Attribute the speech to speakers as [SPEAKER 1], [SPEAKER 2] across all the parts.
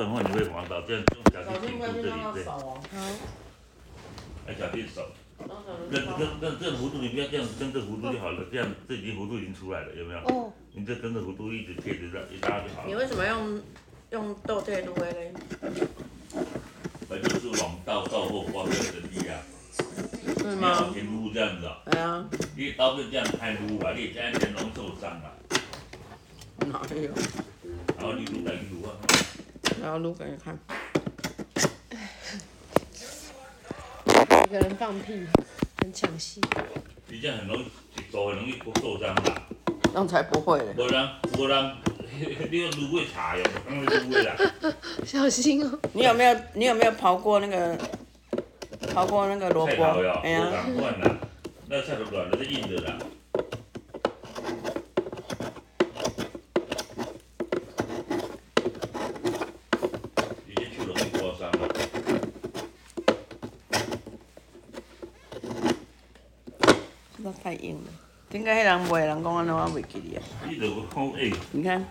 [SPEAKER 1] 等会你会环保，这样用小
[SPEAKER 2] 小
[SPEAKER 1] 弟
[SPEAKER 2] 心
[SPEAKER 1] 进
[SPEAKER 2] 快
[SPEAKER 1] 入
[SPEAKER 2] 被
[SPEAKER 1] 这
[SPEAKER 2] 让
[SPEAKER 1] 里，
[SPEAKER 2] 它
[SPEAKER 1] 对，
[SPEAKER 2] 扫哦，
[SPEAKER 1] 嗯哎，小弟手，
[SPEAKER 2] 让小
[SPEAKER 1] 那
[SPEAKER 2] 心
[SPEAKER 1] 那
[SPEAKER 2] 扫
[SPEAKER 1] 那那这弧度你不要这样跟着弧度就好了，这样这已经弧度已经出来了，有没有？
[SPEAKER 3] 哦，
[SPEAKER 1] 你就跟着弧度一直贴着绕一拉就好
[SPEAKER 2] 你
[SPEAKER 1] 了。
[SPEAKER 2] 为什么用用豆贴芦荟嘞？
[SPEAKER 1] 反正就是往道道后刮掉的力啊，
[SPEAKER 2] 是
[SPEAKER 1] 你往
[SPEAKER 2] 吗？
[SPEAKER 1] 前撸这样子啊，
[SPEAKER 2] 哎呀，
[SPEAKER 1] 你刀就这样开撸啊，你这样很容易受伤啊，
[SPEAKER 2] 哪有？
[SPEAKER 1] 然后你撸来撸啊，
[SPEAKER 2] 然后撸给你看。
[SPEAKER 3] 一个人放屁，很抢戏。
[SPEAKER 1] 你这样很容易手很容易不受伤啊。
[SPEAKER 2] 那才不会嘞！
[SPEAKER 1] 无人无人， 你要撸过茶有，当哦然撸过啦。
[SPEAKER 3] 小心哦！
[SPEAKER 2] 你有没有你有没有刨过那个刨过那个萝
[SPEAKER 1] 太
[SPEAKER 2] 卜
[SPEAKER 1] 好了，？
[SPEAKER 2] 哎
[SPEAKER 1] 我
[SPEAKER 2] 呀，
[SPEAKER 1] 赶快啦，那菜头软了是硬的啦。直接去容易刮伤了。
[SPEAKER 2] 那太硬了。点解迄人卖人讲安怎我袂记哩啊？
[SPEAKER 1] 你如果讲哎，
[SPEAKER 2] 你看，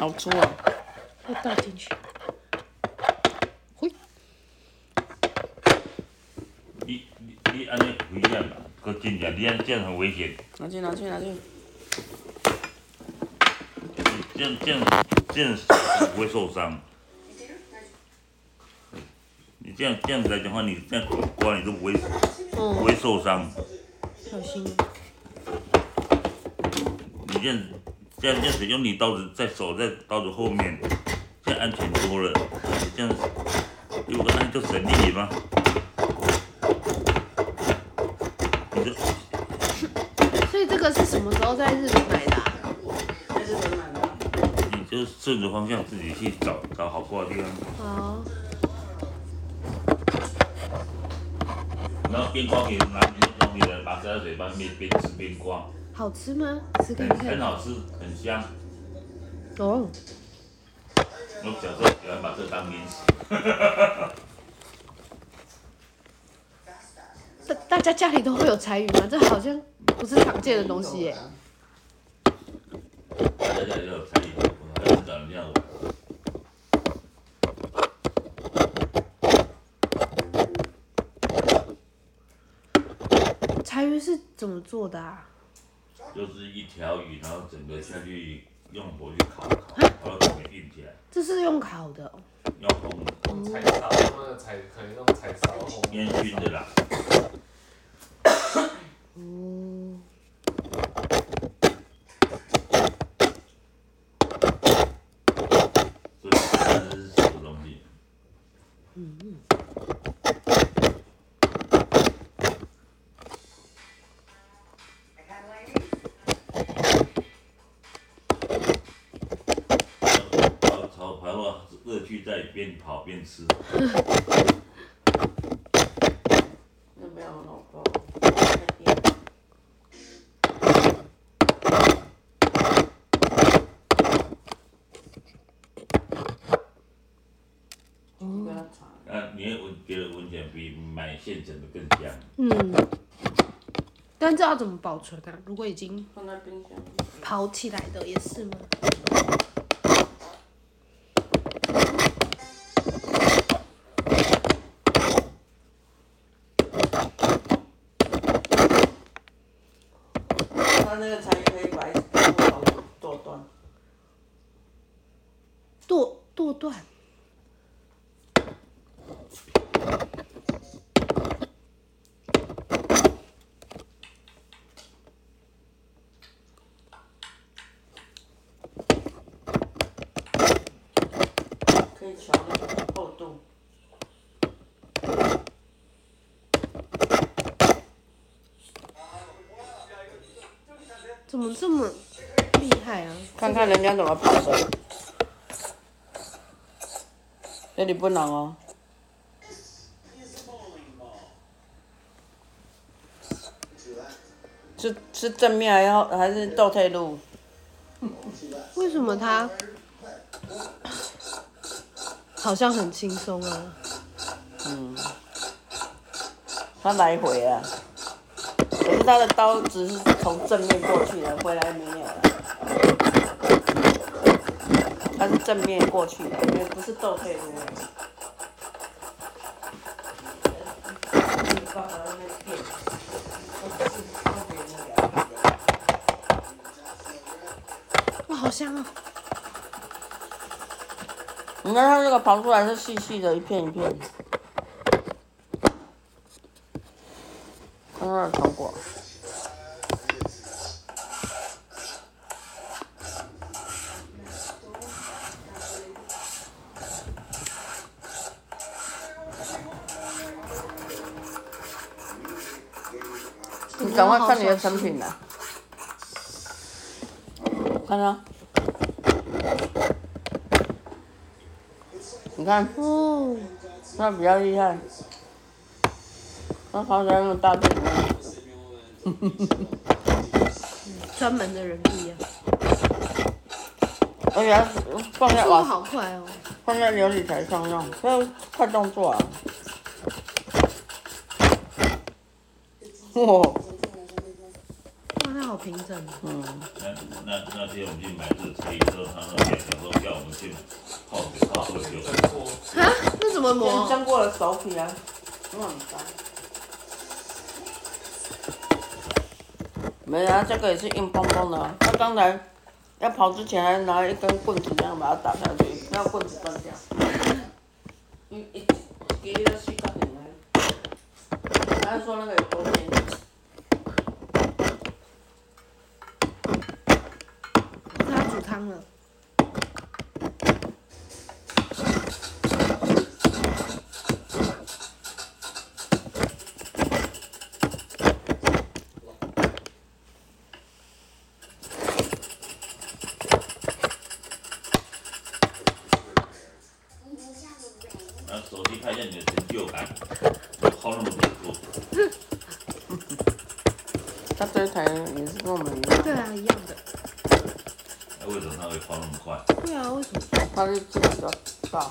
[SPEAKER 2] 好粗啊！
[SPEAKER 3] 我倒进去。嘿，
[SPEAKER 1] 你你你安尼危险啦，可真正你安这样很危险。
[SPEAKER 2] 拿去拿去拿去！
[SPEAKER 1] 这样这样这样手不会受伤。你这样这样子来讲话，你这样刮你都不会不
[SPEAKER 3] 哦，
[SPEAKER 1] 会受伤。
[SPEAKER 3] 小心哦！
[SPEAKER 1] 你这样这样这样子用你刀子在手在刀子后面，这样安全多了。你这样如果按就省力嘛。你这
[SPEAKER 3] 所以这个是什么时候在日本买的、啊？
[SPEAKER 2] 这是怎么买的？
[SPEAKER 1] 你就顺着方向自己去找找好刮的地方，
[SPEAKER 3] 哦，
[SPEAKER 1] 然后边刮给拿你的东西来把塞到嘴巴边边吃边刮。
[SPEAKER 3] 好吃吗？吃看
[SPEAKER 1] 很很
[SPEAKER 3] 看。
[SPEAKER 1] 好吃，很香。
[SPEAKER 3] 哦，
[SPEAKER 1] 我小时候喜欢把这当零食。
[SPEAKER 3] 大大家家里都会有柴鱼吗？这好像不是常见的东西耶。
[SPEAKER 1] 大家也有参与，我很少人这样玩。
[SPEAKER 3] 柴鱼是怎么做的啊？
[SPEAKER 1] 就是一条鱼，然后整个下去用火去烤，烤烤到整个硬起来，
[SPEAKER 3] 这是用烤的、哦，
[SPEAKER 1] 要烘的，
[SPEAKER 4] 用柴烧，他们的柴可能用柴烧后面
[SPEAKER 1] 烟熏的啦。所以这是什么东西？跑跑跑到乐趣在边跑边吃，
[SPEAKER 2] 那不要老包。不要炒了
[SPEAKER 1] 那啊你会闻觉得闻起来比买现成的更香。
[SPEAKER 3] 嗯，但这要怎么保存啊？如果已经
[SPEAKER 2] 放在冰箱。
[SPEAKER 3] 烤起来的也是吗？
[SPEAKER 2] 它那个柴鱼可以把一根头剁断，
[SPEAKER 3] 剁剁断，
[SPEAKER 2] 可以调那个厚度。
[SPEAKER 3] 怎么这么厉害啊？
[SPEAKER 2] 看看人家怎么泡水。这里不能哦。是是正面还要还是倒退路？
[SPEAKER 3] 为什么它好像很轻松啊？
[SPEAKER 2] 它来回啊。可是它的刀子是从正面过去的，回来没有了。它是正面过去的，因为不是豆废物。
[SPEAKER 3] 哇，好香啊！
[SPEAKER 2] 你看它这个刨出来是细细的，一片一片。刚刚尝过，你赶快看你的成品啦。看啊，你看。
[SPEAKER 3] 哦，
[SPEAKER 2] 那比较厉害。那好像那么大只，
[SPEAKER 3] 专门的人啊不一样，
[SPEAKER 2] 而且它放在
[SPEAKER 3] 速度
[SPEAKER 2] 哇，
[SPEAKER 3] 好快哦。
[SPEAKER 2] 放在琉璃台上弄，这快动作啊！哇，
[SPEAKER 3] 哇，它好平整哦。
[SPEAKER 1] 那那那天我们去买这个菜之后，他说想想说要我们去泡水泡多久？
[SPEAKER 4] 真做
[SPEAKER 3] 啊，那怎么
[SPEAKER 2] 先
[SPEAKER 3] 磨？
[SPEAKER 2] 蒸过了手皮啊，嗯，很脏。没啊，这个也是硬邦邦的、啊。他刚才要跑之前还拿一根棍子这样把它打下去，那棍子断掉。一一给了膝盖里面。他说那个有多坚
[SPEAKER 3] 它煮汤了。
[SPEAKER 1] 那手机看一下你的成就感，泡那么久，
[SPEAKER 2] 他这一台也是跟我们一样，
[SPEAKER 3] 对啊，一样的。
[SPEAKER 1] 那为什么他会泡那么快？
[SPEAKER 3] 对啊，为什么？
[SPEAKER 2] 他力气比较大。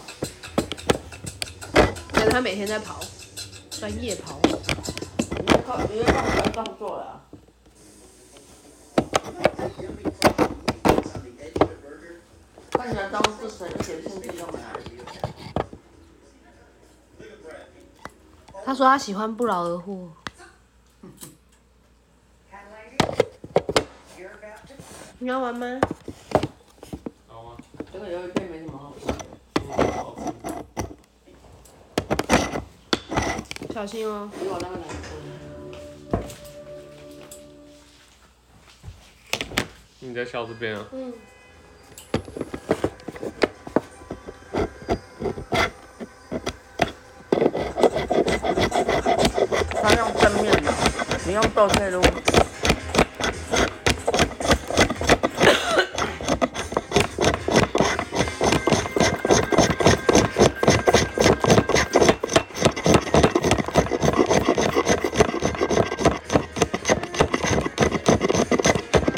[SPEAKER 3] 可能他每天在跑，专业跑。
[SPEAKER 2] 你要靠，你要靠我的动作了。看起来当是谁一点兴趣都没有。
[SPEAKER 3] 他说他喜欢不劳而获。你要玩吗？
[SPEAKER 4] 好吗？
[SPEAKER 2] 这个游戏片没什么好看的。
[SPEAKER 3] 小心哦。
[SPEAKER 2] 比我那个难吃。
[SPEAKER 4] 你在笑这边啊？
[SPEAKER 3] 嗯。
[SPEAKER 2] 他用正面的，你用倒退路。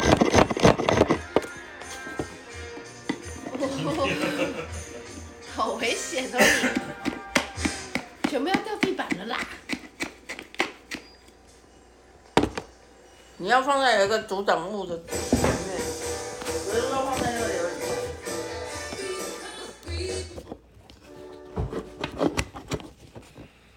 [SPEAKER 3] 好危险哦！你全部要掉地板了啦！
[SPEAKER 2] 你要放在有一个组长木的前面，不是说放在那个游戏。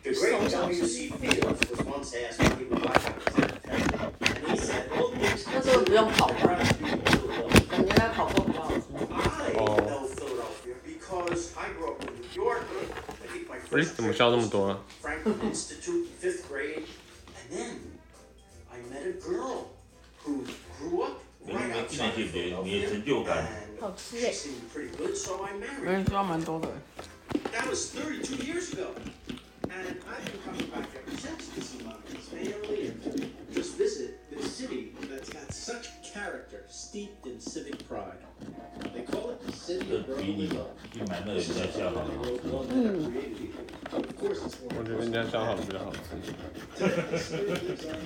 [SPEAKER 5] The great W. C. Fields was once asked what he would like to present, and he said, "All things
[SPEAKER 2] 那时候不用跑吧，
[SPEAKER 5] considered, Philadelphia.
[SPEAKER 2] 感觉那跑步不好吃。
[SPEAKER 5] I
[SPEAKER 4] Oh.
[SPEAKER 5] know Philadelphia because I grew up in New York. I think my
[SPEAKER 4] 哎
[SPEAKER 5] first，
[SPEAKER 4] 怎么笑这么多啊？
[SPEAKER 5] Franklin Institute in fifth grade, and then I met a girl who grew up
[SPEAKER 1] 你你
[SPEAKER 5] right
[SPEAKER 1] 进来
[SPEAKER 5] outside
[SPEAKER 1] 就
[SPEAKER 5] of
[SPEAKER 1] 别你的
[SPEAKER 5] Philadelphia,
[SPEAKER 1] 成就感，
[SPEAKER 3] 好
[SPEAKER 5] and
[SPEAKER 3] 吃
[SPEAKER 5] she
[SPEAKER 3] 哎，
[SPEAKER 5] seemed pretty good, so I
[SPEAKER 2] 有
[SPEAKER 5] married.
[SPEAKER 2] 人需要蛮多的。
[SPEAKER 5] her. That was 32 years ago, and I've been coming back ever since to see my family and just visit this city that's got such character steeped in civic pride. They call it the city
[SPEAKER 1] 这
[SPEAKER 5] of
[SPEAKER 1] 比你
[SPEAKER 5] brotherly love.
[SPEAKER 1] 去买那个人家下好了。
[SPEAKER 5] They wrote one that created it. Of course, it's
[SPEAKER 4] 我
[SPEAKER 5] more.
[SPEAKER 4] 觉得人家笑好比较好吃。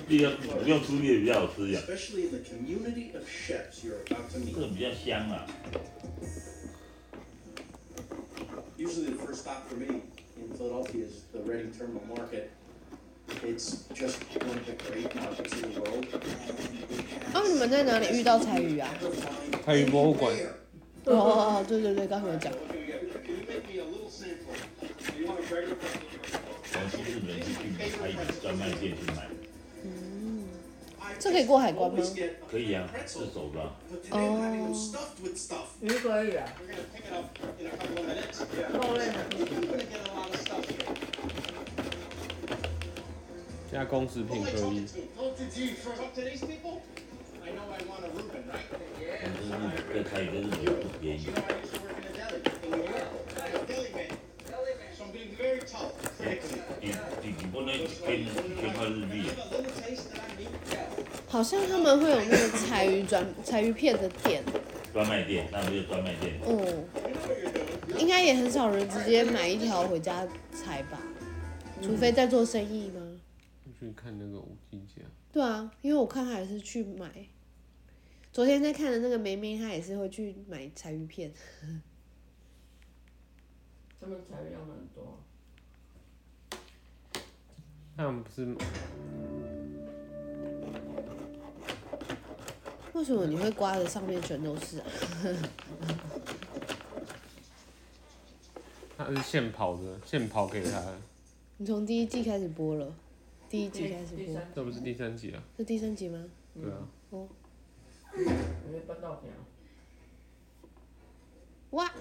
[SPEAKER 1] 第二不用出力也比较好吃呀，
[SPEAKER 5] Especially in the community of chefs you're about
[SPEAKER 1] 这
[SPEAKER 5] to meet.
[SPEAKER 1] 个比较香啊。
[SPEAKER 5] Usually the first stop for me in Philadelphia is the Reading Terminal Market. It's just one of the great markets in the world.
[SPEAKER 3] 哦，你们在哪里遇到柴鱼啊？
[SPEAKER 4] 泰语博物馆，
[SPEAKER 3] 哦哦哦，对对对，刚才有讲。
[SPEAKER 5] Can you make me a little sample? Do you want a regular?
[SPEAKER 1] 从去日本是去美，还有专卖店去买，
[SPEAKER 3] 这可以过海关吗？
[SPEAKER 1] 可以啊，自首吧。
[SPEAKER 5] But today I'm having them stuffed with stuff.
[SPEAKER 2] 鱼可以啊，
[SPEAKER 5] We're gonna pick it up in a couple of minutes. Yeah.
[SPEAKER 2] 肉类很
[SPEAKER 5] I'm gonna get a lot of stuff here.
[SPEAKER 4] 加工食品可以
[SPEAKER 5] Talk to G for talk to these people. I know I want a Reuben, right? Yeah.
[SPEAKER 1] 但是在台北日本不便宜
[SPEAKER 5] You，know I used to work in a deli in New York. I'm a deli man. So I'm being very tough, critically.
[SPEAKER 1] 你你你不能一天一千块日币啊
[SPEAKER 5] Have a little taste that I need. Yeah.
[SPEAKER 3] 好像他们会有那个柴鱼专柴鱼片的店，
[SPEAKER 1] 专卖店，那不就专卖店？
[SPEAKER 3] 嗯，
[SPEAKER 5] You know what you're doing.
[SPEAKER 3] 应该也很少人直接买一条回家裁吧，除非在做生意吗？
[SPEAKER 4] 去看那个五季节，
[SPEAKER 3] 对啊，因为我看他也是去买，昨天在看的那个梅梅，她也是会去买柴鱼片，
[SPEAKER 2] 他们材料很多。
[SPEAKER 4] 那我们不是
[SPEAKER 3] 为什么你会刮的上面全都是啊？
[SPEAKER 4] 他是现跑的，现跑给他的，
[SPEAKER 3] 你从第一季开始播了，第一集
[SPEAKER 2] 第
[SPEAKER 3] 开始
[SPEAKER 2] 第
[SPEAKER 3] 播，
[SPEAKER 2] 三，
[SPEAKER 4] 这不是第三集啊？
[SPEAKER 3] 是第三集吗？
[SPEAKER 4] 对啊，
[SPEAKER 2] 我会搬到平。
[SPEAKER 3] 哇，